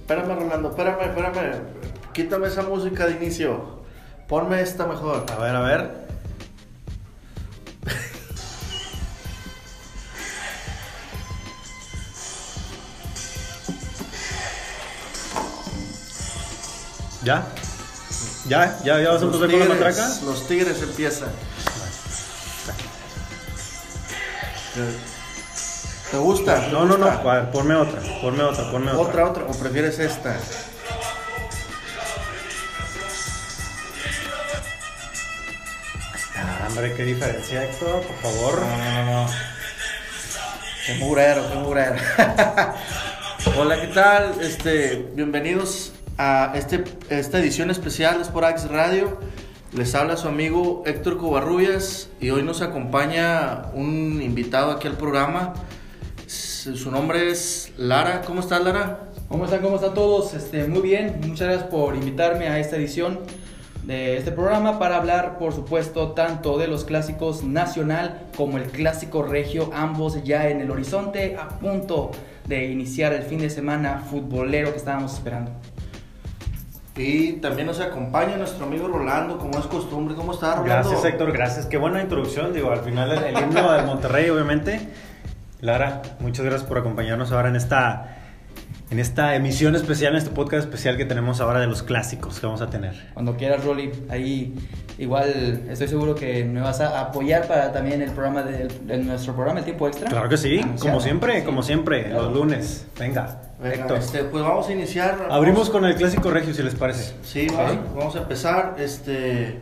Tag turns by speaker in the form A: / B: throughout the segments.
A: Espérame, Rolando, espérame, espérame. Quítame esa música de inicio. Ponme esta mejor. A ver, a ver.
B: ¿Ya? ¿Ya? ¿Ya, ya vas a
A: Los
B: empezar con la matraca?
A: tigres, los tigres empiezan. ¿Te gusta? ¿Te
B: No, no, no.
A: gusta?
B: A ver, ponme otra, ponme otra, ponme otra.
A: Otra, otra. ¿O prefieres esta?
B: Ah, hombre, qué diferencia, Héctor, por favor.
A: no, no, no. Qué murero, qué murero. Hola, ¿qué tal? Este, bienvenidos a este, esta edición especial de Sporax Radio. Les habla su amigo Héctor Covarrubias y hoy nos acompaña un invitado aquí al programa. S- Su nombre es Lara. ¿Cómo estás, Lara?
C: ¿Cómo están? ¿Cómo están todos? Este, muy bien, muchas gracias por invitarme a esta edición de este programa para hablar, por supuesto, tanto de los clásicos nacional como el clásico regio, ambos ya en el horizonte, a punto de iniciar el fin de semana futbolero que estábamos esperando.
A: Y también nos acompaña nuestro amigo Rolando, como es costumbre. ¿Cómo estás, Rolando?
B: Gracias, Héctor, gracias. Qué buena introducción, digo, al final el, el himno del Monterrey, obviamente. Lara, muchas gracias por acompañarnos ahora en esta, en esta emisión especial, en este podcast especial que tenemos ahora de los clásicos que vamos a tener.
C: Cuando quieras, Rolly, ahí igual estoy seguro que me vas a apoyar para también el programa de, de nuestro programa, el tiempo extra.
B: Claro que sí,
C: Anunciado.
B: como siempre,
C: Sí.
B: como siempre,
C: Claro.
B: los lunes. Venga,
A: Venga,
B: Héctor.
A: este, pues vamos a iniciar.
B: Abrimos con el clásico regio, si les parece.
A: Sí,
C: Ok.
A: vamos, vamos a empezar. Este,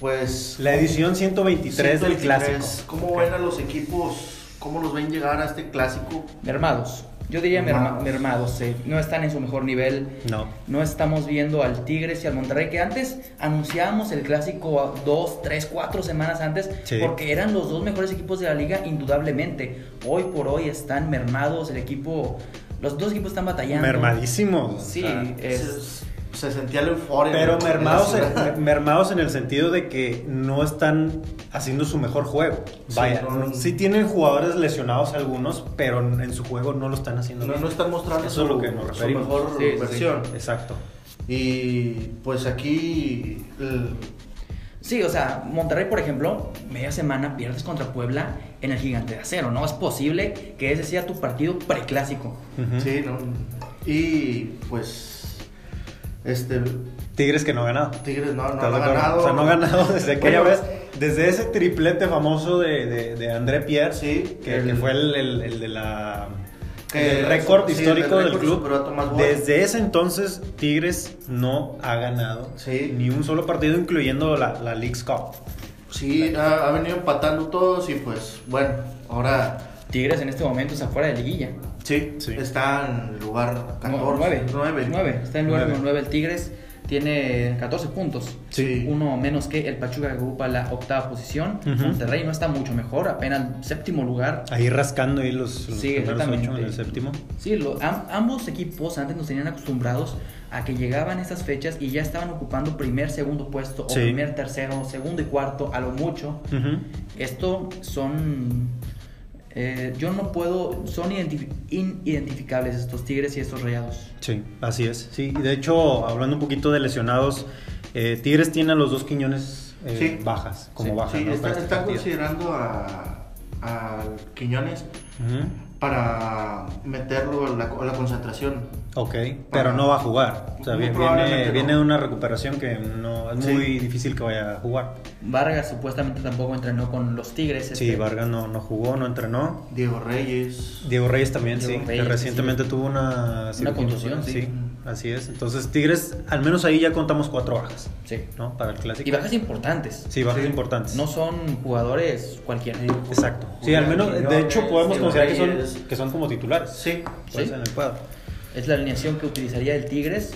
A: pues.
B: La edición 123, del
A: 123.
B: clásico.
A: ¿Cómo ven a los equipos? ¿Cómo los ven llegar a este clásico?
C: Mermados. Yo diría merma-
A: Mermados.
C: mermados, sí. No están en su mejor nivel.
B: No.
C: No estamos viendo al Tigres y al Monterrey, que antes anunciábamos el clásico a dos, tres, cuatro semanas antes,
B: Sí.
C: porque eran los dos mejores equipos de la liga, indudablemente. Hoy por hoy están mermados, el equipo, los dos equipos están batallando.
B: Mermadísimo.
C: Sí,
B: o sea.
C: es,
A: Se, se sentía la euforia.
B: Pero
A: ¿no?
B: mermados
A: En la
B: en,
A: ciudad.
B: mer- mermados en el sentido de que no están haciendo su mejor juego.
A: Sí,
B: Vaya,
A: no, no.
B: sí tienen jugadores lesionados algunos, pero en su juego no lo están haciendo
A: No,
B: bien.
A: no están mostrando
B: Eso
A: su,
B: es lo que nos
A: su
B: referimos.
A: mejor
C: Sí, sí, sí.
A: versión.
B: Exacto.
A: Y pues aquí. el-
C: sí, o sea, Monterrey, por ejemplo, media semana pierdes contra Puebla en el Gigante de Acero. No es posible que ese sea tu partido preclásico.
B: Ujú.
A: Sí, ¿no? Y pues. Este.
B: Tigres que no ha ganado.
A: Tigres no, no
B: ¿Estás
A: ha
B: de acuerdo?
A: ganado.
B: O sea, no ha ganado desde aquella
A: Bueno, eh.
B: vez. Desde ese triplete famoso de, de, de André Pierre,
A: Sí,
B: que,
A: el-
B: que fue el, el- el de la.
A: Que-
B: el récord
A: sí,
B: histórico
A: el
B: del
A: récord superó a Tomás
B: club.
A: Boy.
B: Desde ese entonces, Tigres no ha ganado
A: Sí.
B: ni un solo partido, incluyendo la, la League's Cup.
A: Sí, ha, ha venido empatando todos y pues bueno, ahora
C: Tigres en este momento está fuera de liguilla.
A: sí,
B: Sí.
A: está en el lugar 14,
C: 9.
A: 9.
C: Está en lugar
B: Nueve.
C: número 9 el Tigres. Tiene 14 puntos.
A: Sí.
C: Uno menos que el Pachuca que ocupa la octava posición.
B: Ujú.
C: Monterrey no está mucho mejor, apenas séptimo lugar.
B: Ahí rascando ahí los, los
C: Sí,
B: primeros
C: exactamente.
B: ocho en el séptimo.
C: Sí, lo- am- ambos equipos antes nos tenían acostumbrados a que llegaban estas fechas y ya estaban ocupando primer, segundo puesto,
B: Sí.
C: o primer, tercero, segundo y cuarto, a lo mucho.
B: Ujú.
C: Esto son. eh, yo no puedo. Son identifi- inidentificables estos Tigres y estos Rayados.
B: Sí, así es. Sí, y de hecho, hablando un poquito de lesionados, eh, Tigres tiene a los dos Quiñones eh,
A: Sí.
B: bajas, como
C: Sí,
B: bajas.
A: Sí,
B: ¿no?
A: está,
B: para este
A: está
B: partido.
A: considerando a, a Quiñones
B: Ujú.
A: para meterlo a la, a la concentración.
B: Ok, pero no va a jugar. O sea,
A: Muy
B: bien-
A: probablemente
B: viene,
A: no.
B: viene de una recuperación que no es
A: Sí.
B: muy difícil que vaya a jugar.
C: Vargas supuestamente tampoco entrenó con los Tigres.
B: Sí,
C: este,
B: Vargas no, no jugó, no entrenó.
A: Diego Reyes.
B: Diego Reyes también,
C: Diego
B: sí,
C: Reyes,
B: que recientemente
C: sí.
B: tuvo una, cirugía.
C: contusión, sí.
B: Así es. Entonces, Tigres, al menos ahí ya contamos cuatro bajas,
C: Sí.
B: ¿no? Para el clásico.
C: Y bajas importantes.
B: Sí, bajas
A: Sí.
B: importantes.
C: No son jugadores cualquiera.
A: Sí.
B: Exacto. Sí, al menos, de
A: Quiñones,
B: hecho, podemos
A: Diego
B: considerar que
A: Reyes.
B: son, que son como titulares.
A: Sí,
B: Pues,
C: Sí.
B: en el cuadro.
C: Es la alineación que utilizaría el Tigres.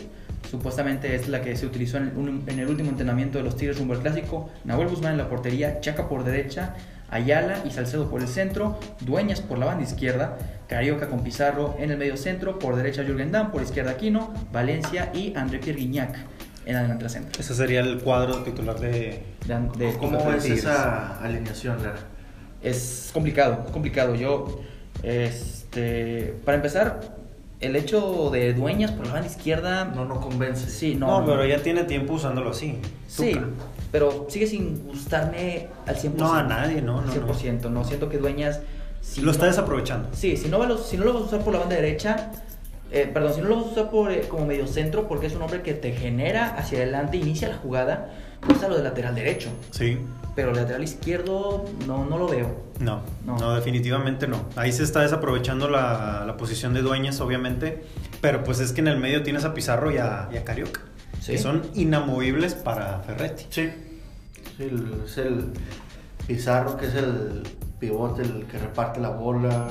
C: Supuestamente es la que se utilizó en el, un- en el último entrenamiento de los Tigres rumbo al clásico. Nahuel Guzmán en la portería, Chaca por derecha, Ayala y Salcedo por el centro, Dueñas por la banda izquierda, Carioca con Pizarro en el medio centro, por derecha Jürgen Damm, por izquierda Aquino, Valencia y André Pierre Guignac en la delantera centro.
B: Ese sería el cuadro titular de.
C: Dan- de-
A: ¿Cómo
B: de
A: es
B: Tigres.
A: esa alineación, Lara?
C: Es complicado, es complicado. Yo, este, para empezar, el hecho de Dueñas por la banda izquierda.
A: No, no convence.
C: Sí, no.
B: No, pero ya tiene tiempo usándolo así.
C: Sí,
B: Tuca.
C: pero sigue sin gustarme al 100%.
B: No, a nadie, no, no,
C: Al
B: no.
C: 100%, no. Siento que Dueñas. si
B: Lo está
C: no-
B: desaprovechando.
C: Sí, si no, va lo- si no lo vas a usar por la banda derecha, eh, perdón, si no lo vas a usar por, eh, como medio centro, porque es un hombre que te genera hacia adelante, inicia la jugada, usa lo de lateral derecho.
B: Sí.
C: Pero el lateral izquierdo no, no lo veo.
B: No,
C: No.
B: no, definitivamente no. Ahí se está desaprovechando la, la posición de dueñas, obviamente. Pero pues es que en el medio tienes a Pizarro y a, y a Carioca.
C: Sí.
B: Que son inamovibles para Ferretti.
A: Sí. Sí, el- es el Pizarro, que es el pivote, el que reparte la bola.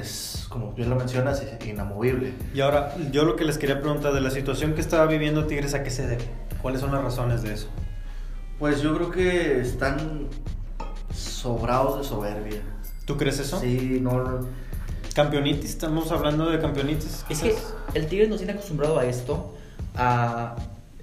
A: Es, como bien lo mencionas, es inamovible.
B: Y ahora, yo lo que les quería preguntar de la situación que estaba viviendo Tigres, ¿a qué se debe? ¿Cuáles son las razones de eso?
A: Pues yo creo que están sobrados de soberbia.
B: ¿Tú crees eso?
A: Sí, no.
B: Campeonitis, estamos hablando de campeonitis.
C: Es que
B: quizás.
C: el Tigres nos tiene acostumbrado a esto, a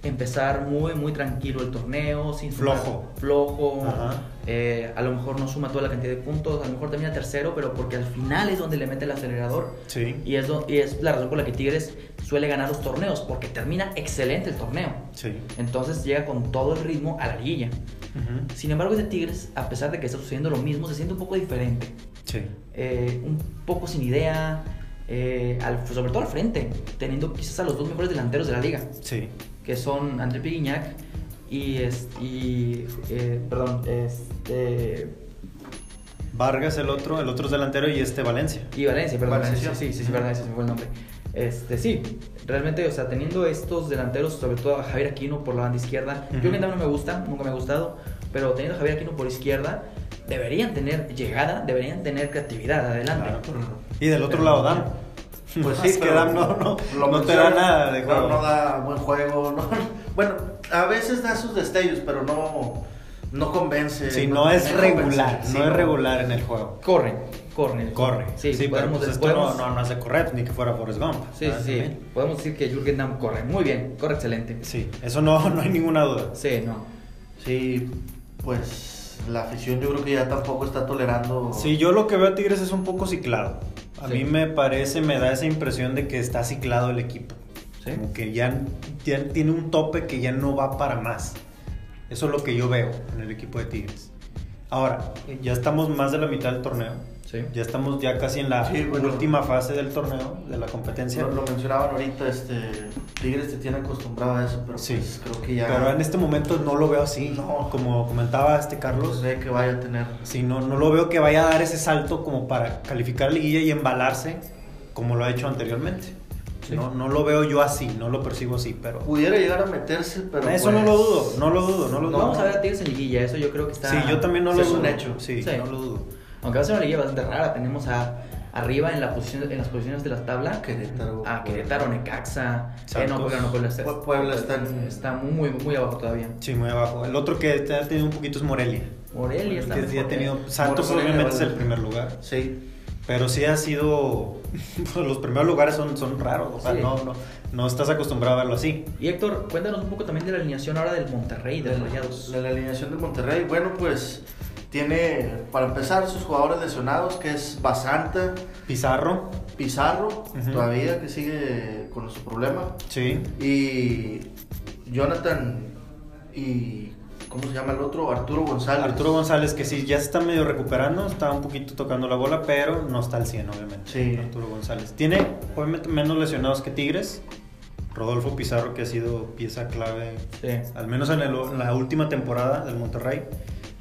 C: empezar muy, muy tranquilo el torneo, sin sumar-
B: Flojo.
C: Flojo.
B: Ajá.
C: eh, a lo mejor no suma toda la cantidad de puntos, a lo mejor termina tercero, pero porque al final es donde le mete el acelerador.
B: Sí,
C: Y es, do- y es la razón por la que Tigres suele ganar los torneos, porque termina excelente el torneo.
B: sí.
C: Entonces llega con todo el ritmo a la liguilla.
B: Ujú.
C: Sin embargo, este Tigres, a pesar de que está sucediendo lo mismo, se siente un poco diferente.
B: Sí.
C: eh, un poco sin idea, eh, al- sobre todo al frente, teniendo quizás a los dos mejores delanteros de la liga,
B: Sí.
C: que son André Piguiñac y... es- y, eh, perdón, este...
B: Vargas el otro, el otro es delantero y este Valencia.
C: Y Valencia, perdón.
A: Valencia.
C: Valencia, Sí, sí, sí, verdad, ese se me fue el nombre. Este, sí, realmente, o sea, teniendo estos delanteros, sobre todo a Javier Aquino por la banda izquierda,
B: Ujú.
C: yo que no me gusta, nunca me ha gustado, pero teniendo a Javier Aquino por izquierda, deberían tener llegada, deberían tener creatividad adelante.
B: Claro. Y del otro lado Dan.
A: Pues
B: Es
A: sí,
B: que
A: pero
B: Dan no, no,
A: lo
B: no te da
A: mencionas,
B: nada de
A: pero
B: juego.
A: No da buen juego. no- bueno, a veces da sus destellos, pero no, no convence.
B: Sí, no es
A: convence.
B: regular,
A: Sí,
B: no es regular en el juego.
C: Corre, corre.
B: Corre.
C: Sí,
B: pero
C: podemos,
B: pues esto
C: podemos-
B: no, no, no hace correr, ni que fuera Forrest Gump.
C: Sí,
B: Ah,
C: sí, sí.
B: también.
C: Podemos decir que Jürgen Damm corre muy bien, corre excelente.
B: Sí, eso no, no hay ninguna duda.
C: Sí, no.
A: Sí, pues la afición yo creo que ya tampoco está tolerando.
B: Sí, yo lo que veo a Tigres es un poco ciclado. A
C: Sí.
B: mí me parece, me da esa impresión de que está ciclado el equipo.
C: Sí.
B: Como que ya, ya tiene un tope que ya no va para más. Eso es lo que yo veo en el equipo de Tigres. Ahora, ya estamos más de la mitad del torneo.
C: Sí.
B: Ya estamos ya casi en la
A: Sí, bueno.
B: última fase del torneo, de la competencia.
A: Lo, lo mencionaban ahorita, este, Tigres te tiene acostumbrado a eso, pero
B: Sí.
A: pues creo que ya
B: Pero en este momento no lo veo así.
A: No.
B: Como comentaba este
A: no
B: Carlos,
A: sé que vaya a tener.
B: sí, no, no lo veo que vaya a dar ese salto como para calificar a liguilla y embalarse como lo ha hecho anteriormente.
C: Sí.
B: No, no lo veo yo así, no lo percibo así, pero...
A: Pudiera llegar a meterse, pero
B: eso no
A: pues,
B: lo dudo, no lo dudo, no lo
A: No,
B: dudo.
C: Vamos a ver a Tigres en liguilla, eso yo creo que está...
B: Sí, yo también no
A: Sí,
B: lo
A: es
B: dudo.
A: un hecho.
B: Sí,
C: Sí.
B: no lo dudo.
C: Aunque va a ser una liga bastante rara, tenemos a arriba en, la posición, en las posiciones de la tabla
A: Querétaro.
B: Ah,
C: a Querétaro, Necaxa, eh,
B: Santos.
C: no, Puebla, no, Puebla está,
A: Pue- Puebla está en-
C: está muy, muy abajo todavía.
B: Sí, muy abajo. El otro que te ha tenido un poquito es Morelia.
C: Morelia está
B: que sí
C: mejor ¿eh?
B: ha tenido...
A: que-
B: Santos
A: Morelia,
B: obviamente es
A: Morelia.
B: el primer lugar.
A: Sí,
B: Pero sí ha sido... Los primeros lugares son, son raros. O sea,
C: Sí.
B: no, no, no estás acostumbrado a verlo así.
C: Y Héctor, cuéntanos un poco también de la alineación ahora del Monterrey, de los Rayados.
A: De la alineación de Monterrey, bueno, pues tiene, para empezar, sus jugadores lesionados, que es Basanta,
B: Pizarro.
A: Pizarro,
B: Ujú.
A: todavía que sigue con su problema,
B: Sí.
A: y Jonathan y, ¿cómo se llama el otro? Arturo González.
B: Arturo González, que sí, ya se está medio recuperando, está un poquito tocando la bola, pero no está al 100, obviamente.
A: Sí.
B: Arturo González. Tiene, obviamente, menos lesionados que Tigres. Rodolfo Pizarro, que ha sido pieza clave,
C: Sí.
B: al menos en, el- en la última temporada del Monterrey.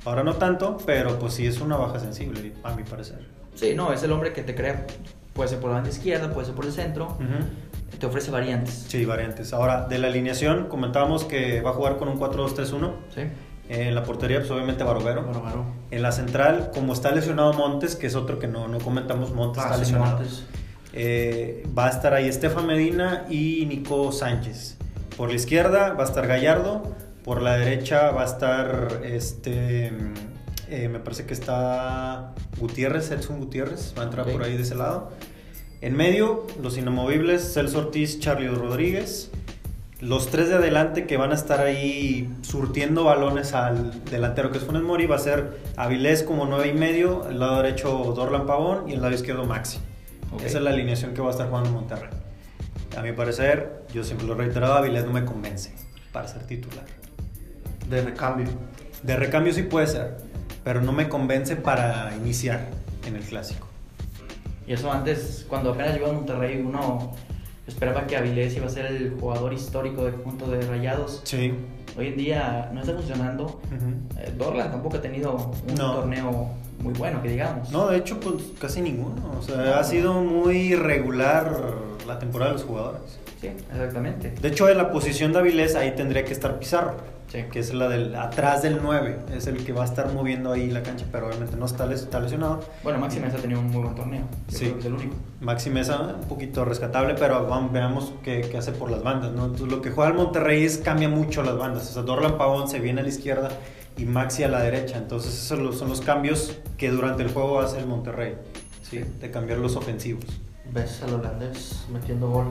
B: Ahora no tanto, pero pues sí es una baja sensible, a mi parecer.
C: Sí, no, es el hombre que te crea, puede ser por la banda izquierda, puede ser por el centro, te ofrece variantes.
B: Sí, variantes. Ahora, de la alineación, comentábamos que va a jugar con un 4-2-3-1.
C: Sí.
B: En la portería, pues obviamente Barovero.
A: Bueno, bueno.
B: En la central, como está lesionado Montes, que es otro que no, no comentamos, Montes está
A: Ah, sí,
B: lesionado.
A: Montes.
B: Eh, va a estar ahí Estefan Medina y Nico Sánchez. Por la izquierda va a estar Gallardo. Por la derecha va a estar este. mm, eh, me parece que está Gutiérrez, Edson Gutiérrez. Va a entrar
C: Ok.
B: por ahí de ese lado. En medio, los inamovibles, Celso Ortiz, Charlie Rodríguez. Los tres de adelante que van a estar ahí surtiendo balones al delantero que es Funes Mori va a ser Avilés como nueve y medio, el lado derecho Dorlan Pavón y el lado izquierdo Maxi.
C: Ok.
B: Esa es la alineación que va a estar jugando Monterrey. A mi parecer, yo siempre lo reiteraba, Vilés no me convence para ser titular.
A: de recambio.
B: De recambio sí puede ser, pero no me convence para iniciar en el clásico.
C: Y eso antes, cuando apenas llegó a Monterrey, uno esperaba que Avilés iba a ser el jugador histórico del punto de Rayados.
B: Sí.
C: Hoy en día no está funcionando. Eh, Dorlan tampoco ha tenido un
B: No.
C: torneo muy bueno, que digamos.
B: No, de hecho, pues casi ninguno. O sea, ha sido muy regular la temporada de los jugadores.
C: Sí, exactamente.
B: De hecho, en la posición de Avilés ahí tendría que estar Pizarro,
C: Sí.
B: que es la del atrás del 9, es el que va a estar moviendo ahí la cancha, pero obviamente no está, les- está lesionado.
C: Bueno, Maxi Mesa ha tenido un muy buen torneo. Yo
B: Sí.
C: creo que es el único.
B: Maxi Mesa, un poquito rescatable, pero vam- veamos qué, qué hace por las bandas, ¿no? Entonces, lo que juega el Monterrey es cambia mucho las bandas. O sea, Dorlan Pavón se viene a la izquierda y Maxi a la derecha. Entonces, esos son los, son los cambios que durante el juego hace el Monterrey, ¿sí?
C: Sí.
B: De cambiar los ofensivos.
A: Ves al holandés metiendo gol.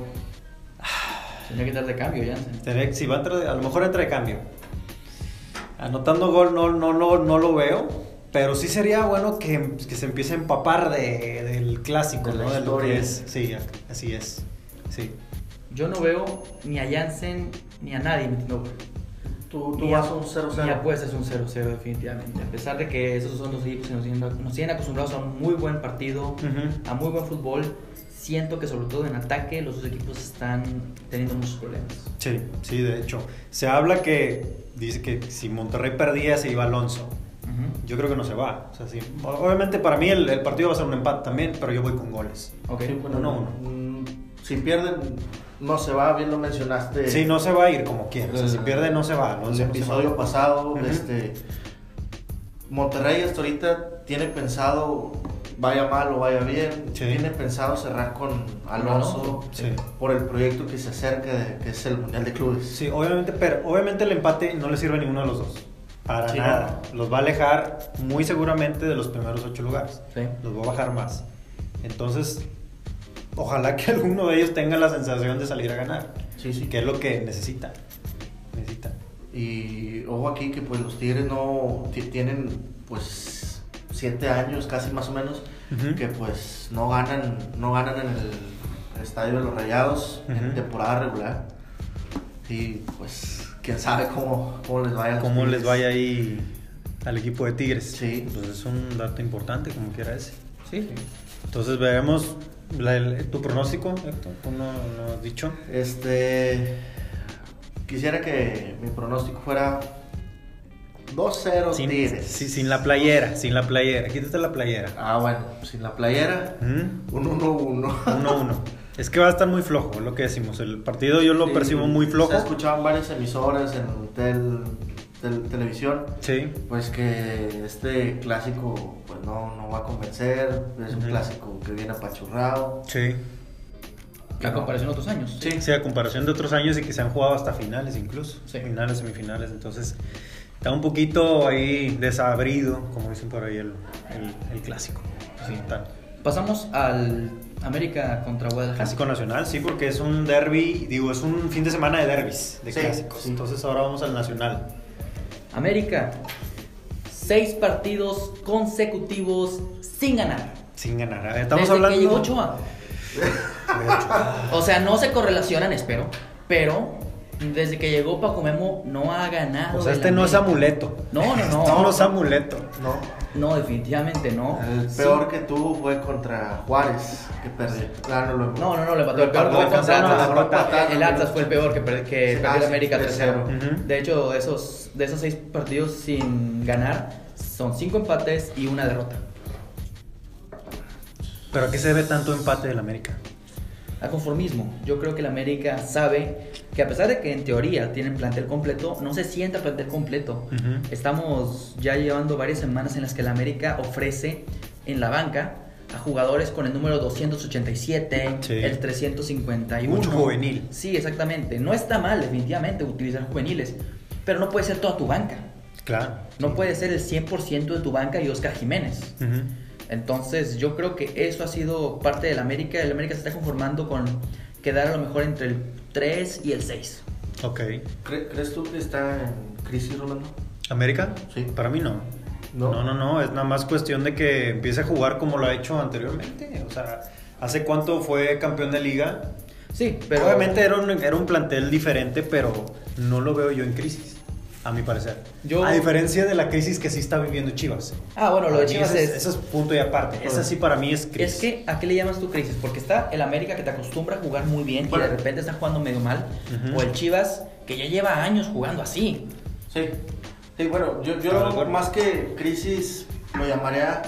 C: Tendría que estar de cambio, Jansen.
B: Tendría- Si va a, entrar- a lo mejor entra de cambio. Anotando gol no, no, no, no lo veo, pero sí sería bueno que, que se empiece a empapar de- del clásico,
A: De la
B: ¿no? De lo
A: historia.
B: que es. Sí, así es. Sí.
C: Yo no veo ni a Jansen ni a nadie metiendo gol.
A: Tú, tú
C: Mi
A: vas
C: ap-
A: a un 0-0.
C: Mi apuesta es un 0-0 definitivamente. A pesar de que esos son los equipos que nos tienen, nos tienen acostumbrados a un muy buen partido,
B: Ujú.
C: a muy buen fútbol, siento que sobre todo en ataque los dos equipos están teniendo muchos problemas.
B: Sí, sí, de hecho. Se habla que dice que si Monterrey perdía se iba Alonso. Yo creo que no se va. O sea, sí. Obviamente para mí el, el partido va a ser un empate también, pero yo voy con goles.
C: Ok.
A: Sí, bueno,
B: Uno,
A: mm, Si pierden, no se va, bien lo mencionaste.
B: Sí, no se va a ir como quiera. O sea, si
A: Eh,
B: pierde no se
A: En
B: va.
A: el
B: Alonso no se va.
A: episodio pasado,
B: Ujú.
A: este, Monterrey hasta ahorita tiene pensado, vaya mal o vaya bien,
B: Sí.
A: tiene pensado cerrar con Alonso
B: Sí.
A: eh, por el proyecto que se acerca, de- que es el Mundial de Clubes.
B: Sí, obviamente, pero obviamente el empate no le sirve a ninguno de los dos. Para
A: Sí,
B: nada. Los va a alejar muy seguramente de los primeros ocho lugares.
C: Sí.
B: Los va a bajar más. Entonces, ojalá que alguno de ellos tenga la sensación de salir a ganar.
A: Sí, sí.
B: Que es lo que necesita. Necesita.
A: Y ojo aquí que pues los Tigres no ti- tienen pues siete años casi más o menos
B: Ujú.
A: que pues no ganan, no ganan en el estadio de los Rayados en
B: Ujú.
A: temporada regular. Y pues quién sabe cómo, cómo les vaya. a los
B: Cómo les
A: Tigres.
B: vaya ahí al equipo de Tigres.
A: Sí.
B: Pues es un dato importante, como quiera ese.
C: Sí.
B: Entonces, veremos la- el- tu pronóstico, Héctor. Tú no, no has dicho.
A: Este quisiera que mi pronóstico fuera 2-0
B: Sin,
A: Tigres.
B: sí, sin la playera, sin la playera. Quítate la playera.
A: Ah, bueno, sin la playera,
B: ¿Mm?
A: un 1-1.
B: 1-1. Es que va a estar muy flojo, es lo que decimos. El partido yo lo
A: Sí,
B: percibo muy flojo.
A: Se escuchaban varias emisoras en tel- tel- televisión,
B: Sí.
A: pues que este clásico pues no, no va a convencer, es un
B: Ujú.
A: clásico que viene apachurrado.
B: Sí.
C: La comparación a otros años.
A: Sí.
B: Sí, a comparación de otros años y que se han jugado hasta finales incluso.
C: Sí.
B: Finales, semifinales. Entonces, está un poquito ahí desabrido, como dicen por ahí, el, el- el clásico. Sí, tal.
C: Pasamos al América contra Guadalajara.
B: Clásico nacional, sí, porque es un derby, digo, es un fin de semana de derbis, de
A: Sí,
B: clásicos.
A: sí.
B: Entonces ahora vamos al nacional.
C: América, seis partidos consecutivos sin ganar.
B: Sin ganar. A ver, Estamos
C: Desde
B: hablando.
C: que llegó Ochoa.
B: de Ochoa.
C: O sea, no se correlacionan, espero. Pero desde que llegó Paco Memo no ha ganado.
B: O sea,
C: el
B: este no es
C: Ah, América.
B: amuleto.
C: No, no, no.
B: Este no es amuleto.
A: No,
C: No, definitivamente no.
A: el
C: Sí.
A: peor que tuvo fue contra Juárez, que perdió. Claro, lo
C: No, no, no, le empató. El peor
A: empató,
C: fue contra
A: empató,
C: Atlas.
A: lo empataron.
C: El Atlas fue el peor que, per- que
A: Sí,
C: perdió
A: ah,
C: el
A: sí,
C: América 3-0.
A: 3-0.
B: Ujú.
C: De hecho, de esos, de esos seis partidos sin ganar, son cinco empates y una derrota.
B: ¿Pero a qué se debe tanto empate del América?
C: A conformismo. Yo creo que el América sabe que a pesar de que en teoría tienen plantel completo, no se sienta plantel completo.
B: Ujú.
C: Estamos ya llevando varias semanas en las que el América ofrece en la banca a jugadores con el número 287,
B: Sí.
C: el 351.
B: Mucho juvenil.
C: Sí, exactamente. No está mal, definitivamente, utilizar juveniles, pero no puede ser toda tu banca.
B: Claro.
C: No puede ser el 100% de tu banca y Oscar Jiménez.
B: Ujú.
C: Entonces, yo creo que eso ha sido parte del América. El América se está conformando con quedar a lo mejor entre el 3 y el 6.
B: Ok.
A: ¿Cre- ¿Crees tú que está en crisis, Rolando?
B: ¿América?
A: Sí.
B: Para mí no.
A: No.
B: No, no, no. Es nada más cuestión de que empiece a jugar como lo ha hecho anteriormente. O sea, ¿Hace cuánto fue campeón de liga?
C: Sí, pero.
B: Obviamente era un, era un plantel diferente, pero no lo veo yo en crisis, a mi parecer.
C: Yo-
B: A diferencia de la crisis que sí está viviendo Chivas.
C: Ah, bueno, lo de
B: Para mí
C: Chivas
B: ese
C: es.
B: Ese es punto y aparte. Esa sí para mí es crisis.
C: Es que, ¿a qué le llamas tú crisis? Porque está el América que te acostumbra a jugar muy bien
A: Bueno.
C: y de repente está jugando medio mal.
B: Ujú.
C: O el Chivas que ya lleva años jugando así.
A: Sí. Sí, bueno, yo,
B: Estaba de
A: yo
B: acuerdo.
A: más que crisis lo llamaría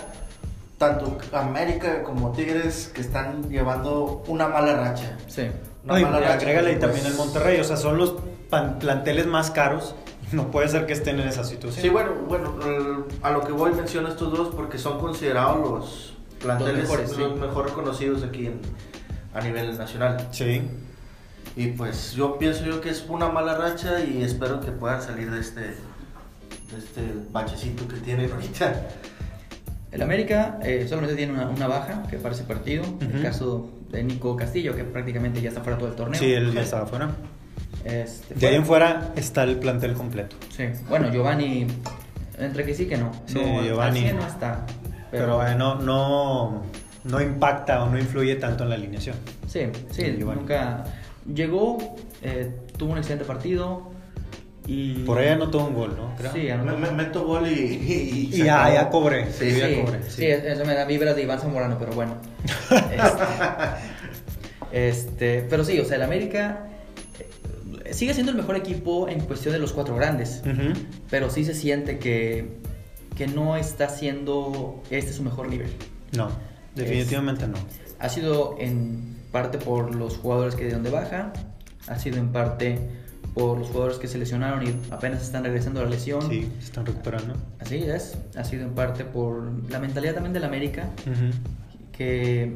A: tanto América como Tigres que están llevando una mala racha.
C: Sí.
A: Una
B: No, y
A: mala racha,
B: agrégale
A: porque,
B: también
A: pues,
B: el Monterrey. O sea, son los pan- planteles más caros. No puede ser que estén en esa situación.
A: Sí, bueno, bueno, el- a lo que voy menciono estos dos porque son considerados los planteles los,
C: mejores, sí.
A: mejor reconocidos aquí en- a nivel nacional.
B: Sí.
A: Y pues yo pienso yo que es una mala racha y espero que puedan salir de este, de este bachecito que tienen ahorita.
C: El América eh, solamente tiene una, una baja que parece partido.
B: Ujú.
C: El caso de Nico Castillo, que prácticamente ya está fuera todo el torneo.
B: Sí, él ya estaba fuera.
C: Este,
B: De ahí en fuera está el plantel completo.
C: Sí. Bueno, Giovanni, entre que sí que no.
B: Sí,
C: no, al
B: Giovanni.
C: 100 no está.
B: Pero, eh, no, no, no impacta o no influye tanto en la alineación.
C: Sí, sí,
B: Sí, Giovanni.
C: nunca llegó, eh, tuvo un excelente partido y...
B: Por ahí anotó un gol, ¿no? Creo.
C: Sí,
A: Me,
C: anotó.
A: me- meto gol y... Y,
B: Y
A: se
B: ya,
A: acabó.
B: ya cobré.
A: Sí.
B: Sí, ya cobré.
C: sí,
B: Sí.
C: eso me da vibras de Iván Zamorano, pero bueno. Este, este, pero sí, o sea, el América eh, sigue siendo el mejor equipo en cuestión de los cuatro grandes,
B: Ujú.
C: pero sí se siente que, que no está siendo este su mejor nivel.
B: No, definitivamente no.
C: Ha sido en parte por los jugadores que dieron de baja, ha sido en parte por los jugadores que se lesionaron y apenas están regresando a la lesión.
B: Sí, se están recuperando.
C: Así es, ha sido en parte por la mentalidad también del América,
B: Ujú.
C: que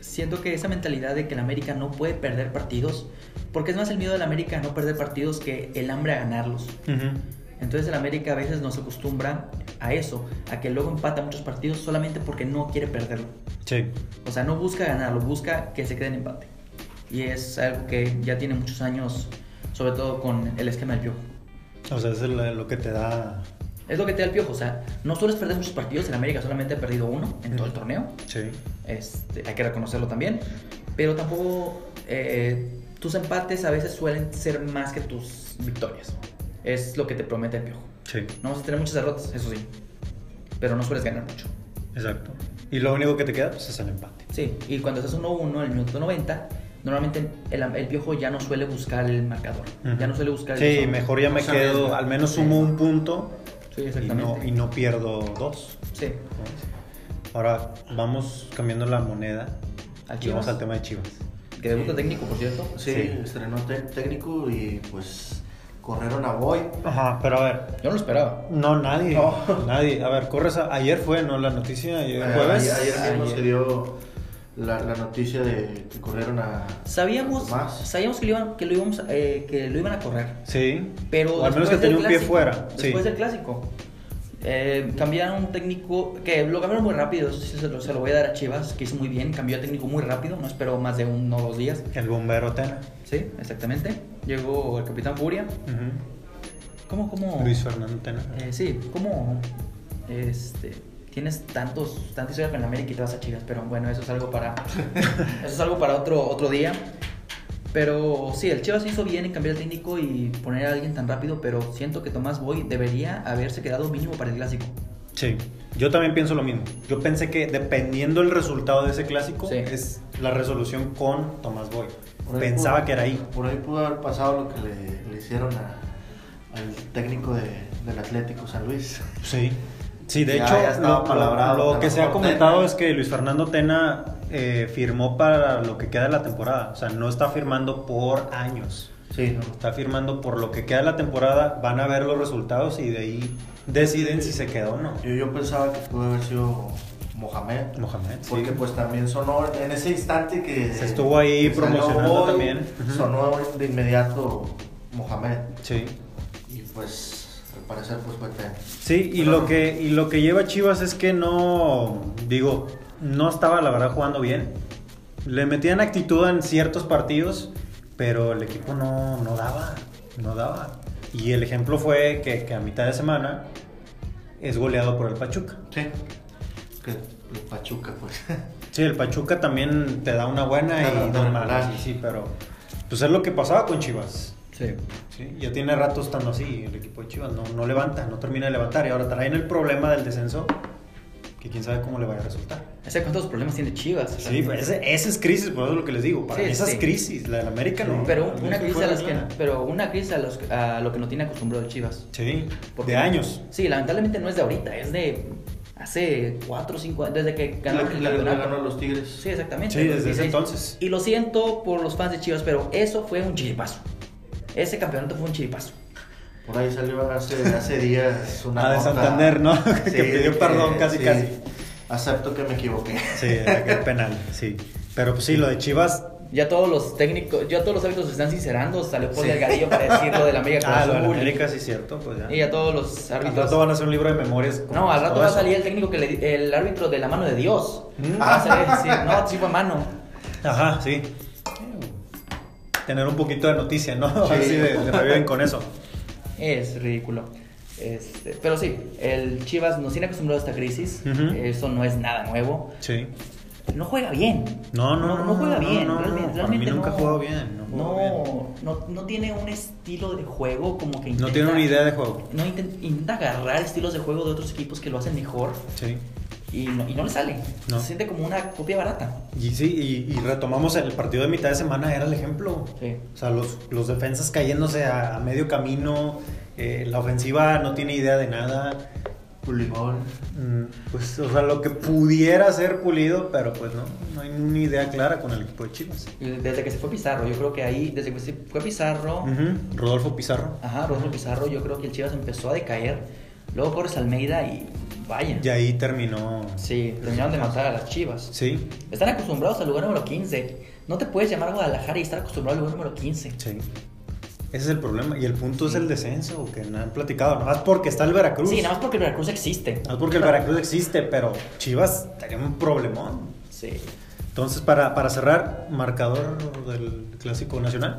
C: siento que esa mentalidad de que el América no puede perder partidos, porque es más el miedo del América a no perder partidos que el hambre a ganarlos.
B: Ujú.
C: Entonces el América a veces nos acostumbra a eso, a que luego empata muchos partidos solamente porque no quiere perderlo.
B: Sí.
C: O sea, no busca ganarlo, busca que se quede en empate. Y es algo que ya tiene muchos años, sobre todo con el esquema del piojo.
B: O sea, es el- lo que te da.
C: Es lo que te da el piojo, o sea, no sueles perder muchos partidos, en América solamente ha perdido uno en todo el torneo,
B: Sí.
C: este, hay que reconocerlo también, pero tampoco eh, tus empates a veces suelen ser más que tus victorias. Es lo que te promete el piojo.
B: Sí,
C: No vas a tener muchas derrotas, eso sí, pero no sueles ganar mucho.
B: exacto. Y lo único que te queda pues, es el empate.
C: Sí, y cuando estás 1-1 en el minuto 90, normalmente el, el piojo ya no suele buscar el marcador.
B: Ujú.
C: Ya no suele buscar el
B: Sí,
C: marcador.
B: mejor ya
A: No
B: me
A: se
B: quedo,
A: arriesga.
B: al menos sumo un punto
C: Sí,
B: y
C: exactamente.
B: no, y no pierdo dos.
C: Sí,
B: ¿no? Ahora vamos cambiando la moneda
C: ¿A
B: y vamos
C: Chivas?
B: al tema de Chivas.
C: que debuta técnico, por cierto.
A: Sí,
B: Sí.
A: estrenó te- técnico y pues corrieron a Boy.
B: Ajá, pero a ver.
C: Yo no lo esperaba.
B: No, nadie.
A: No.
B: Nadie. A ver, corres. a- ayer fue, ¿no? La noticia, ayer
A: Eh,
B: jueves.
A: Ayer, ayer mismo
C: Ayer.
A: se dio la, la noticia de que corrieron a...
C: Sabíamos,
A: Tomás.
C: sabíamos que, lo iban, que, lo íbamos, a- eh, que lo iban a correr,
B: Sí.
C: pero...
B: o al menos
C: después
B: que
C: del
B: tenía un pie
C: clásico-
B: fuera. Sí.
C: Después del clásico. eh, cambiaron un técnico que lo cambiaron muy rápido, eso sí se lo, se lo voy a dar a Chivas, que hizo muy bien, cambió de técnico muy rápido, no esperó más de uno o dos días.
B: El bombero Tena.
C: Sí, exactamente. Llegó el Capitán Furia.
B: Ujú.
C: ¿Cómo, cómo?
B: Luis Fernando Tena.
C: Eh, sí, ¿cómo este, tienes tantos, tanta historia con el América y te vas a Chivas? Pero bueno, eso es algo para, eso es algo para otro, otro día. Pero sí, el Chivas hizo bien en cambiar el técnico y poner a alguien tan rápido, pero siento que Tomás Boy debería haberse quedado mínimo para el clásico.
B: Sí, yo también pienso lo mismo. Yo pensé que dependiendo el resultado de ese clásico,
C: Sí.
B: es la resolución con Tomás Boy.
A: Por ahí
B: Pensaba
A: pudo-
B: que era ahí.
A: Por ahí pudo haber pasado lo que le, le hicieron a- al técnico de- del Atlético San Luis.
B: Sí. Sí, de
A: Ya-
B: hecho,
A: ya estaba
B: lo-
A: palabrado
B: lo,
A: Fernando
B: que se ha
A: Tena.
B: comentado es que Luis Fernando Tena eh, firmó para lo que queda de la temporada. O sea, no está firmando por años.
A: Sí, no.
B: Está firmando por lo que queda de la temporada. Van a ver los resultados y de ahí deciden si se quedó o no.
A: Yo, yo pensaba que pudo haber sido Mohamed.
B: Mohamed, sí.
A: Porque pues también sonó en ese instante que...
B: Se estuvo ahí
A: que salió
B: promocionando
A: Boy,
B: también. Ujú.
A: Sonó de inmediato Mohamed.
B: Sí.
A: Y pues al parecer pues fue Tena.
B: Sí, y lo que y lo que lleva Chivas es que no digo, no estaba la verdad jugando bien. Le metían actitud en ciertos partidos, pero el equipo no, no daba, no daba. Y el ejemplo fue que, que a mitad de semana es goleado por el Pachuca.
A: Sí. que el Pachuca, pues.
B: Sí, el Pachuca también te da una buena
A: Claro,
B: y
A: claro,
B: dos malas.
A: claro.
B: Sí, sí, pero pues es lo que pasaba con Chivas.
C: Sí.
B: ¿sí? Ya tiene rato estando así el equipo de Chivas. No, no levanta, no termina de levantar. Y ahora traen el problema del descenso que quién sabe cómo le vaya a resultar.
C: O sea, ¿cuántos problemas tiene Chivas? O sea,
B: Sí, pues ese- esa es crisis, por eso es lo que les digo. Para
C: Sí,
B: mí esas
C: sí.
B: crisis, la del América no.
C: Pero
B: Para mí
C: una
B: eso
C: crisis,
B: fue
C: a las que,
B: clara.
C: pero una crisis a, los, a lo que no tiene acostumbrado el Chivas.
B: Sí,
C: Porque-
B: de años.
C: Sí, lamentablemente no es de ahorita, es de hace 4 o 5 años, desde que ganó
A: Ganó,
C: el
A: le
C: campeonato.
A: ganó a los Tigres.
C: Sí, exactamente.
B: Sí, desde ese
C: 2016.
B: entonces.
C: Y lo siento por los fans de Chivas, pero eso fue un chiripazo. Ese campeonato fue un chiripazo.
A: Por ahí salió hace, hace días una
B: Ah, de
A: nota.
B: Santander, ¿no? Que pidió
A: que-
B: perdón casi, casi.
A: Acepto que me equivoqué.
B: Sí, de aquel penal, sí. Pero pues sí, lo de Chivas.
C: Ya todos los técnicos, ya todos los árbitros se están sincerando, salió por
A: Sí.
C: Delgadillo para decir lo de la América Cruz
B: Ah, lo de la
C: Azul.
B: América, sí, cierto. Pues ya.
C: Y ya todos los
B: Al
C: árbitros.
B: rato van a hacer un libro de memorias. con
C: No, al rato
B: todo
C: va a
B: eso.
C: salir el técnico que le, el árbitro de la mano de Dios.
B: Mm.
C: Va a salir a decir, no, sí fue mano.
B: Ajá, sí. Tener un poquito de noticia, ¿no?
A: Sí.
B: Así de, de reviven con eso.
C: Es ridículo. Este, pero sí, el Chivas nos tiene acostumbrado a esta crisis.
B: Ujú.
C: Eso no es nada nuevo.
B: Sí.
C: No juega bien.
B: No, no,
C: no, juega
B: no,
C: bien.
B: no, no.
C: realmente,
B: Para mí
C: realmente
B: nunca
C: no.
B: ha jugado bien, no ha jugado
C: no, no, no tiene un estilo de juego como que
B: No
C: intenta-
B: tiene una idea de juego.
C: No inten- intenta agarrar estilos de juego de otros equipos que lo hacen mejor
B: Sí.
C: y no, y no le sale.
B: No.
C: Se siente como una copia barata.
B: Y sí, y, y retomamos el partido de mitad de semana, era el ejemplo.
C: Sí.
B: O sea, los, los defensas cayéndose a, a medio camino, eh, la ofensiva no tiene idea de nada.
A: Pulimón.
B: Mm, Pues, o sea, lo que pudiera ser pulido, pero pues no, no hay ni idea clara con el equipo de Chivas.
C: Y desde que se fue Pizarro, yo creo que ahí, desde que se fue Pizarro,
B: Mm. Ujú, Rodolfo Pizarro.
C: ajá, Rodolfo Pizarro, yo creo que el Chivas empezó a decaer. Luego corres Almeida y vaya.
B: Y ahí terminó.
C: Sí, terminaron de matar a las Chivas.
B: Sí,
C: Están acostumbrados al lugar número 15. No te puedes llamar Guadalajara y estar acostumbrado al lugar número 15.
B: sí. Ese es el problema. Y el punto es
A: Mm.
B: el descenso, que no han platicado. Nomás porque está el Veracruz.
C: Sí, nada más porque el Veracruz existe.
B: Nomás porque el Veracruz existe, pero Chivas tenía un problemón.
C: Sí.
B: Entonces, para, para cerrar, marcador del Clásico Nacional.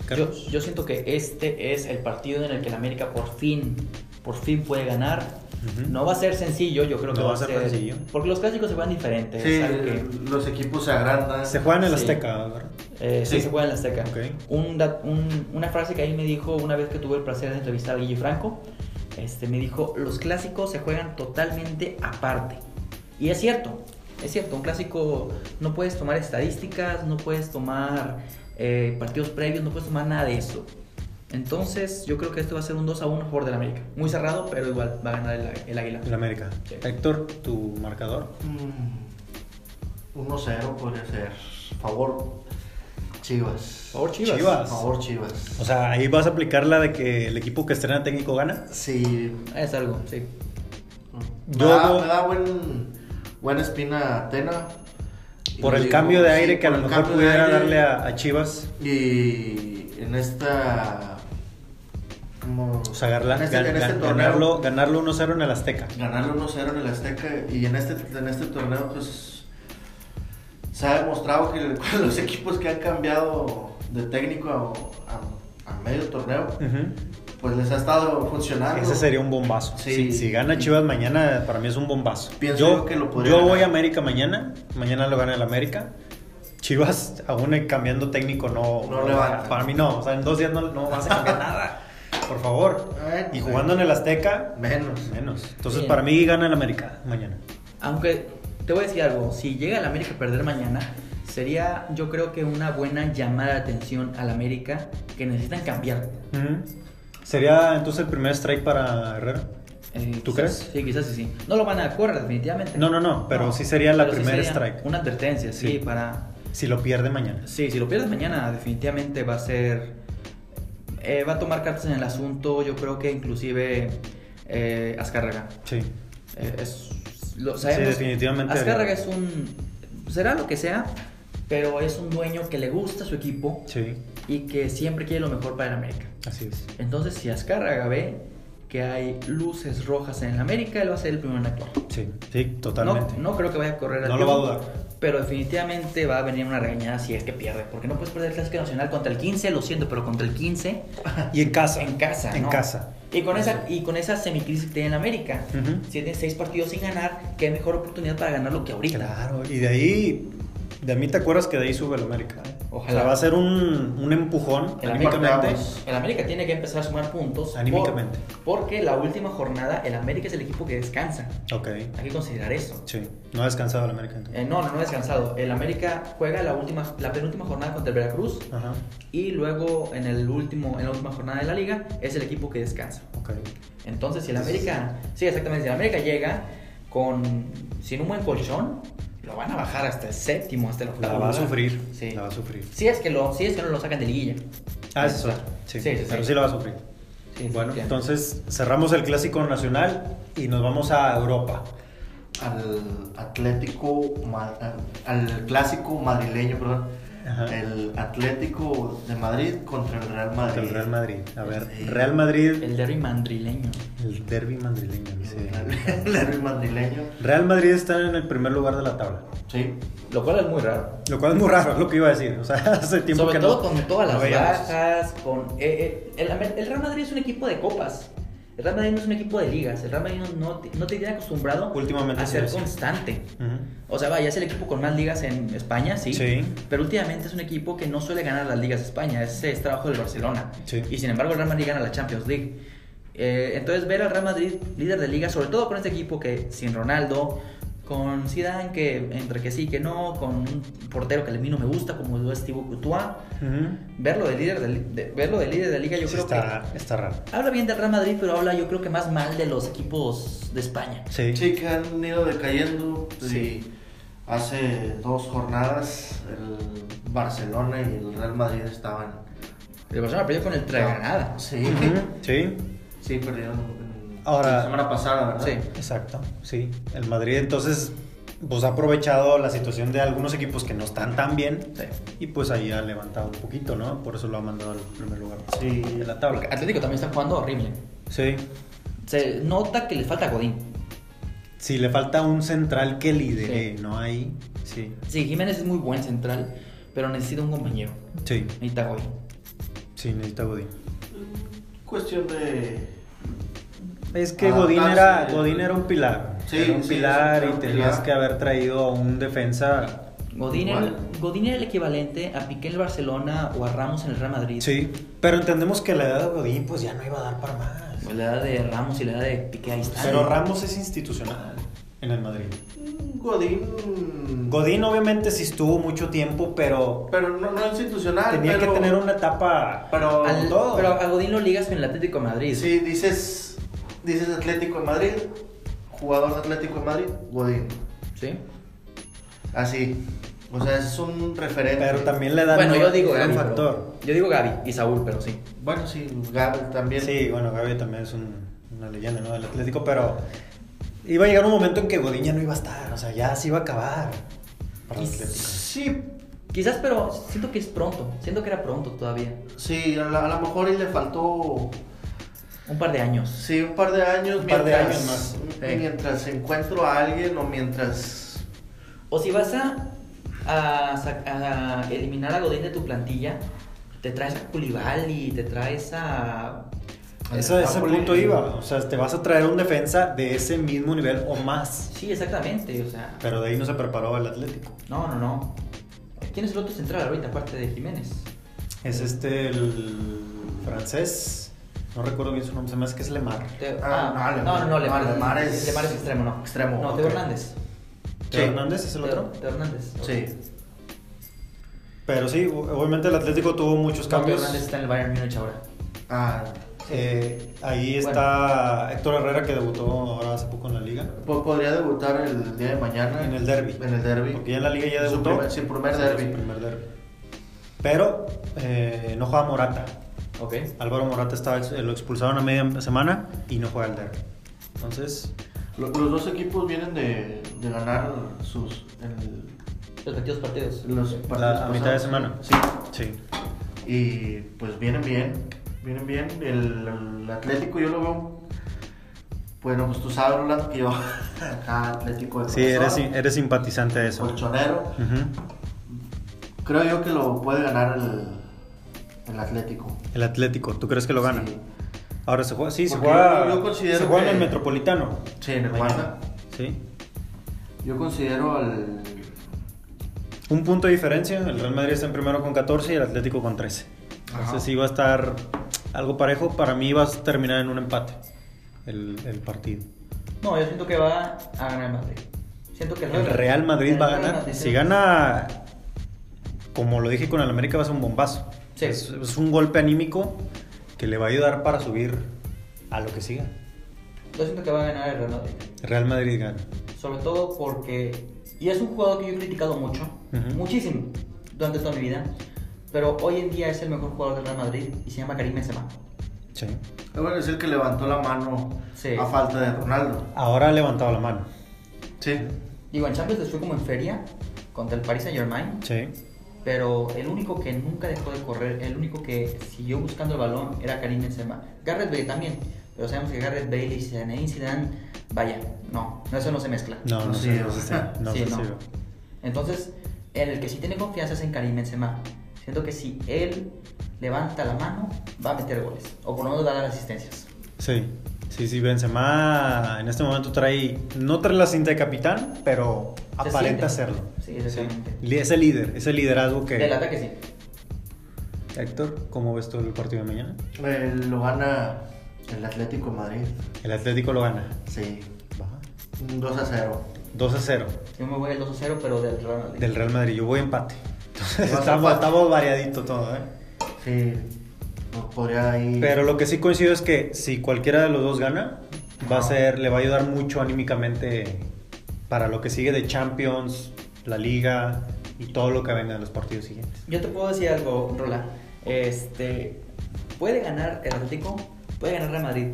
C: Yo,
B: Carlos.
C: yo siento que este es el partido en el que el América por fin, por fin puede ganar.
B: Ujú.
C: No va a ser sencillo, yo creo que
B: No va a ser sencillo.
C: Porque los clásicos se van diferentes.
A: Sí,
C: algo que-
A: los equipos se agrandan.
B: Se juega en el
C: Sí.
B: Azteca, ¿verdad?
C: Eh, sí,
A: Sí.
C: se juega en la Azteca.
B: Ok.
C: Un dat- un- una frase que ahí me dijo una vez que tuve el placer de entrevistar a Guille Franco, este, me dijo, los clásicos se juegan totalmente aparte. Y es cierto, es cierto, un clásico no puedes tomar estadísticas, no puedes tomar eh, partidos previos, no puedes tomar nada de eso. Entonces yo creo que esto va a ser un 2 a 1 a favor del América. Muy cerrado, pero igual va a ganar el, el Águila.
B: El América.
C: Sí.
B: Héctor, tu marcador.
A: Mm, 1-0 podría ser. Favor Chivas.
C: Favor Chivas.
B: Chivas.
A: Favor Chivas.
B: O sea, ahí vas a aplicar la de que el equipo que estrena técnico gana.
A: Sí. mm,
C: Es algo, sí.
A: Me
B: Yo
A: da,
B: hago-
A: me da buen, buena espina Atena.
B: Por
A: Y
B: el
A: digo,
B: cambio de
A: sí,
B: aire que a
A: por
B: lo
A: el
B: mejor
A: cambio de
B: pudiera
A: aire.
B: darle a, a Chivas.
A: Y en esta. Como,
B: O sea, agarla-
A: en este,
B: Pues gan-
A: en este
B: gan-
A: torneo,
B: ganarlo, ganarlo 1-0 en el Azteca.
A: ganarle 1-0 en el Azteca. Y en este, en este torneo, pues. Se ha demostrado que los equipos que han cambiado de técnico a, a- a medio torneo,
B: Ujú.
A: pues les ha estado funcionando.
B: Ese sería un bombazo.
A: Sí.
B: Si, si gana Chivas mañana, para mí es un bombazo.
A: Pienso yo que lo podría
B: yo
A: ganar.
B: voy a América mañana. Mañana lo gana el América. Chivas, aún cambiando técnico, no.
A: No levanta.
B: Para mí no. O sea, en dos días no, no vas a cambiar nada. Por favor.
A: Bueno,
B: Y jugando en el Azteca,
A: Menos. eh,
B: menos. Entonces,
C: Sí.
B: para mí gana el América mañana.
C: Aunque te voy a decir algo, si llega el América a perder mañana, sería yo creo que una buena llamada de atención al América que necesitan cambiar.
B: Ujú. Sería entonces el primer strike para Herrera.
C: Eh,
B: ¿Tú
C: quizás-
B: crees?
C: Sí, quizás sí, sí. No lo van a correr definitivamente.
B: No, no, no, pero sí sería la
C: pero sí
B: primera
C: sería
B: strike.
C: Una advertencia, sí,
B: Sí.
C: para...
B: Si lo pierde mañana.
C: Sí, si lo pierdes mañana definitivamente va a ser... eh, va a tomar cartas en el asunto, yo creo que inclusive eh, Azcárraga.
B: Sí.
C: Eh, es, lo sabemos.
B: Sí, definitivamente.
C: Azcárraga es un. Será lo que sea, pero es un dueño que le gusta su equipo
B: Sí,
C: y que siempre quiere lo mejor para el América.
B: así es.
C: Entonces, si Azcárraga ve que hay luces rojas en el América, él va a ser el primero en actuar.
B: Sí, sí,
C: No,
B: totalmente.
C: no creo que vaya a correr al
B: No lo va a
C: Piojo,
B: dudar.
C: Pero definitivamente va a venir una regañada si es que pierde. Porque no puedes perder el Clásico Nacional contra el 15, lo siento, pero contra el 15
B: Y en casa.
C: en casa.
B: En
C: ¿no?
B: casa.
C: Y con, esa, y con esa semicrisis que tiene en América,
B: Ujú.
C: tiene seis partidos sin ganar, qué mejor oportunidad para ganarlo que ahorita.
B: Claro, y de ahí, de mí te acuerdas que de ahí sube el América. ¿eh?
C: Ojalá.
B: O sea, va a ser un, un empujón
C: El
B: anímicamente.
A: América-
C: El América tiene que empezar a sumar puntos. por-
B: Anímicamente.
C: porque la última jornada, el América es el equipo que descansa.
B: Ok,
C: Hay que considerar eso.
B: sí. No ha descansado el América entonces.
C: Eh, no, no, no ha descansado. El América juega la, última, la penúltima jornada contra el Veracruz
B: Ajá,
C: y luego en, el último, en la última jornada de la liga es el equipo que descansa.
B: ok.
C: Entonces, si el América, sí, exactamente, si el América llega con, sin un buen colchón, lo van a bajar hasta el séptimo, hasta el octavo.
B: La va a
C: lugar.
B: sufrir,
C: Sí.
B: la va a sufrir.
C: Si es que, lo, si es que no lo sacan de liguilla.
B: Ah, eso es
C: Claro.
B: otra. Sí,
C: Sí, sí,
B: pero
C: sí.
B: sí la va a sufrir.
C: Sí,
B: bueno,
C: sí,
B: entonces cerramos el Clásico Nacional y nos vamos a Europa.
A: al Atlético, ma- al clásico madrileño, perdón.
B: Ajá.
A: El Atlético de Madrid contra el Real Madrid.
B: Contra el Real Madrid. A ver,
A: Sí.
B: Real Madrid,
C: El derby mandrileño.
B: el derby madrileño. dice.
A: El derbi madrileño.
B: Real Madrid está en el primer lugar de la tabla.
A: Sí.
C: Lo cual es muy raro.
B: Lo cual es muy raro, es lo que iba a decir. O sea, hace tiempo
C: Sobre
B: que
C: todo
B: no-
C: con todas
B: no
C: las
B: veíamos.
C: bajas, con... eh, eh, el, Amer- el Real Madrid es un equipo de copas. El Real Madrid no es un equipo de ligas. El Real Madrid no, no te, no te tiene acostumbrado
B: Últimamente
C: a
B: sí,
C: ser
B: sí.
C: constante.
B: Ujú.
C: O sea, vaya, es el equipo con más ligas en España, sí.
B: Sí.
C: Pero últimamente es un equipo que no suele ganar las ligas de España. Ese es trabajo del Barcelona.
B: Sí.
C: Y sin embargo, el Real Madrid gana la Champions League. Eh, entonces, ver al Real Madrid líder de liga, sobre todo con este equipo que sin Ronaldo, con Zidane, que entre que sí que no, con un portero que a mí no me gusta, como lo es Thibaut Courtois.
B: Ujú.
C: Verlo de líder de, li- de- verlo de líder de liga, yo
B: Sí,
C: creo
B: está, está raro.
C: que. Habla bien del Real Madrid, pero habla yo creo que más mal de los equipos de España.
B: Sí.
A: Sí, que han ido decayendo.
B: Sí.
A: Sí. Hace dos jornadas el Barcelona y el Real Madrid estaban.
C: El Barcelona perdió con el Granada.
A: Sí.
B: Ujú. Sí,
A: Sí, perdieron en-
B: Ahora-
A: la semana pasada, ¿verdad?
C: Sí.
B: exacto. Sí. El Madrid entonces pues ha aprovechado la situación de algunos equipos que no están tan bien
C: Sí.
B: y pues ahí ha levantado un poquito, ¿no? Por eso lo ha mandado al primer lugar
A: Sí.
B: de la tabla.
C: Atlético también está jugando horrible.
B: Sí.
C: Se nota que le falta Godín.
B: Sí, le falta un central que lidere,
C: Sí.
B: ¿no? Ahí. Sí.
C: Sí, Jiménez es muy buen central, pero necesita un compañero.
B: Sí.
C: Necesita Godín.
B: Sí, necesita Godín.
A: Cuestión de.
B: Es que
A: Adaptarse.
B: Godín era, Godín era un pilar.
A: Sí,
B: era un
A: sí,
B: pilar
A: sí, era
B: y
A: un
B: tenías
A: pilar.
B: que haber traído a un defensa.
C: Godín era,
A: Igual.
C: Godín era el equivalente a Piqué en el Barcelona o a Ramos en el Real Madrid.
B: Sí, pero entendemos que la edad de Godín pues ya no iba a dar para más.
C: Pues la edad de Ramos y la edad de Piqué ahí está.
B: Pero Ramos es institucional en el Madrid.
A: Godín.
B: Godín obviamente sí estuvo mucho tiempo, pero
A: Pero no, no institucional.
B: tenía
A: pero-
B: que tener una etapa.
A: Pero.
C: Al-
B: todo.
C: Pero a Godín lo ligas con el Atlético de Madrid.
A: Sí, dices, dices Atlético de Madrid, jugador de Atlético de Madrid, Godín.
C: ¿Sí?
A: Así. O sea, es un referente.
B: Pero también la edad
C: Bueno,
B: no
C: yo digo
B: era
C: Gaby.
B: un
C: pero-
B: factor.
C: yo digo Gaby y Saúl, pero sí.
A: Bueno, sí, Gabriel también.
B: Sí, bueno, Gaby también es un- una leyenda ¿no? del Atlético, pero iba a llegar un momento en que Godín ya no iba a estar, o sea, ya se iba a acabar para el
C: Y-
B: Atlético.
A: Sí,
C: Quizás, pero siento que es pronto. Siento que era pronto todavía.
A: sí, a la- a lo mejor y le faltó,
C: Un par de años.
A: sí, un par de años.
B: Un par de
A: mientras-
B: años más.
A: Sí. Mientras encuentro a alguien o mientras...
C: O si vas a, a sac- a eliminar a Godín de tu plantilla, te traes a Koulibaly, te traes a...
B: Eso a ese
A: Napoli-
B: punto iba, o sea, te vas a traer un defensa de ese mismo nivel o más,
C: Sí, exactamente, o sea...
B: pero de ahí no se preparó el Atlético.
C: No, no, no. ¿Quién es el otro central ahorita, aparte de Jiménez?
B: Es este el francés, no recuerdo bien su nombre, se me hace que es Lemar.
C: Te-
A: Ah, no,
C: no, no, no, Lemar,
A: Lemar, Lemar es-
C: Lemar es extremo, no.
A: Extremo,
C: No,
A: ok.
C: Teo Hernández.
B: Teo
A: Sí.
B: Hernández es el otro.
C: Teo Hernández.
A: Sí.
B: Pero sí, obviamente el Atlético tuvo muchos
C: No, Teo
B: cambios.
C: Hernández está en el Bayern Múnich ahora.
A: Ah,
B: Eh, ahí
C: Bueno.
B: está Héctor Herrera que debutó ahora hace poco en la liga.
A: po- podría debutar el día de mañana.
B: En el derbi.
A: En el derby.
B: Porque ya en la liga ya
A: Su
B: debutó.
A: primer- sí, primer
B: Sí,
A: derbi.
B: su primer derbi. Pero eh, no juega Morata.
C: Ok.
B: Álvaro Morata estaba, ex- eh, lo expulsaron a media semana y no juega el derbi. Entonces,
A: Lo- Los dos equipos vienen de, de ganar sus el-
C: Respectivos partidos.
A: los
B: la- a
A: partidos
B: mitad de
A: pasados.
B: semana.
A: Sí.
B: Sí.
A: Y pues vienen bien, vienen bien. El, el Atlético yo lo veo. Bueno, pues tú sabes, Roland, que yo acá Atlético de
B: Sí, eres,
A: corazón,
B: sim- eres simpatizante de eso.
A: colchonero.
B: Ujú.
A: Creo yo que lo puede ganar el, el Atlético.
B: El Atlético, ¿tú crees que lo gana?
A: Sí.
B: Ahora se juega, sí, se
A: Porque
B: juega,
A: yo- yo considero
B: se juega en
A: que-
B: el Metropolitano.
A: Sí, en el
B: Mañana.
A: Wanda.
B: Sí.
A: Yo considero al.
B: Un punto de diferencia, el Real Madrid está en primero con 14 y el Atlético con 13.
A: Ajá.
B: Entonces sí va a estar algo parejo, para mí va a terminar en un empate el, el partido.
C: No, yo siento que va a ganar el Madrid. Siento que
B: El Real Madrid
C: el
B: va a
C: Real
B: ganar.
C: Madrid,
B: Si
C: sí.
B: gana, como lo dije con el América, va a ser un bombazo.
C: Sí.
B: Es, es un golpe anímico que le va a ayudar para subir a lo que siga.
C: Yo siento que va a ganar el Real Madrid.
B: Real Madrid gana.
C: Sobre todo porque. Y es un jugador que yo he criticado mucho,
B: Ujú.
C: muchísimo, durante toda mi vida. Pero hoy en día es el mejor jugador del Real Madrid y se llama Karim Benzema.
B: Sí.
A: Bueno, es el que levantó la mano
C: Sí.
A: a falta de Ronaldo.
B: Ahora ha levantado la mano.
A: Sí.
C: Digo, en Champions les fue como en feria contra el Paris Saint Germain.
B: Sí.
C: Pero el único que nunca dejó de correr, el único que siguió buscando el balón era Karim Benzema. Garrett Bale también, pero sabemos que Garrett Bale y Zinedine Zidane, vaya, no, no, eso no se mezcla.
B: No, no,
A: No
B: sé,
A: sirve.
B: no sé, no
C: Sí,
B: sé,
C: no.
B: sirve.
C: Entonces, en el que sí tiene confianza es en Karim Benzema. Siento que si él levanta la mano, va a meter goles, o por lo menos va a dar asistencias.
B: Sí, sí, sí, Benzema en este momento trae, no trae la cinta de capitán, pero
C: Se
B: aparenta
C: siente.
B: hacerlo.
C: Sí, exactamente.
B: Li- Es el líder, es el liderazgo que...
C: Del ataque sí.
B: Héctor, ¿cómo ves tú el partido de mañana?
A: Eh, lo gana el Atlético de Madrid.
B: El Atlético lo gana.
A: Sí.
B: Va.
A: Un 2 a 0.
B: 2 a 0
C: Yo me voy al 2 0, pero del Real Madrid.
B: del Real Madrid, yo voy a empate. Entonces
A: Vas a
B: estamos,
A: empate.
B: estamos variadito todo, ¿eh?
A: Sí. No podría ahí.
B: Pero lo que sí coincido es que si cualquiera de los dos gana, va a ser, le va a ayudar mucho anímicamente para lo que sigue de Champions, la Liga y todo lo que venga en los partidos siguientes.
C: Yo te puedo decir algo, Rola. Este, puede ganar el Atlético, puede ganar Real Madrid.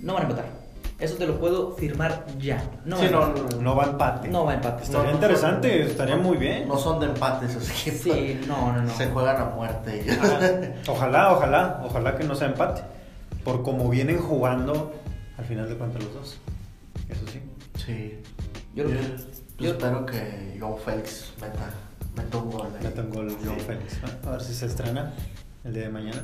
C: No van a empatar. Eso te lo puedo firmar ya. No
A: Sí,
C: van a
A: no,
C: empatar.
B: No va a empate.
C: No va a empatar.
B: Estaría
A: No, no,
B: interesante,
A: no,
B: estaría muy bien.
A: No son de empate esos equipos.
C: Sí, no, Ah. no, no.
A: Se juegan a muerte.
B: Ojalá, ojalá, ojalá que no sea empate. Por como vienen jugando al final de cuentas los dos. Eso sí.
A: Sí.
C: Yo
A: Yo,
C: lo-
A: yo
C: yo-
A: espero que Joe Félix meta, meta un gol. ahí.
B: Mete un gol Joao
A: Sí.
B: Félix, ¿no? A ver si se estrena el día de mañana.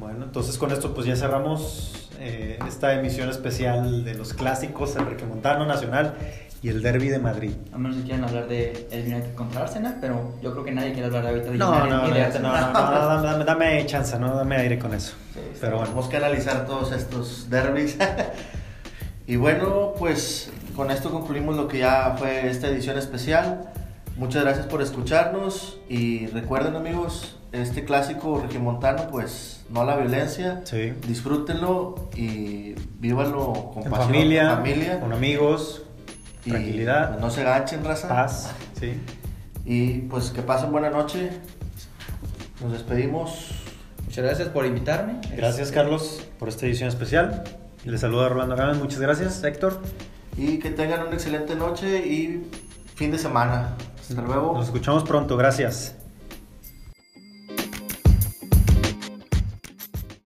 B: Bueno, entonces con esto pues ya cerramos eh, esta emisión especial de los clásicos, el Requemontano Nacional y el Derby de Madrid.
C: A menos que quieran hablar de el United contra Arsenal, pero yo creo que nadie quiere hablar ahorita de
B: No, no, no,
C: United ni
B: no,
C: de
B: no,
C: Arsenal.
B: no, no, dame, dame chance, no dame aire con eso.
C: Sí, sí.
B: Pero bueno.
A: Tenemos que analizar todos estos derbis. y bueno, pues con esto concluimos lo que ya fue esta edición especial. Muchas gracias por escucharnos y recuerden amigos, este clásico regimontano, pues no a la violencia.
B: Sí.
A: Disfrútenlo y vívanlo con
B: En
A: pasión,
B: familia,
A: con familia.
B: con amigos,
A: Y,
B: tranquilidad,
A: pues, no se ganchen, raza.
B: paz, sí.
A: Y pues que pasen buena noche. Nos despedimos.
C: Muchas gracias por invitarme.
B: Gracias
C: Este,
B: Carlos por esta edición especial. Les saluda Rolando Gámez, muchas gracias Héctor.
A: Y que tengan una excelente noche y fin de semana. Hasta luego.
B: Nos escuchamos pronto, gracias.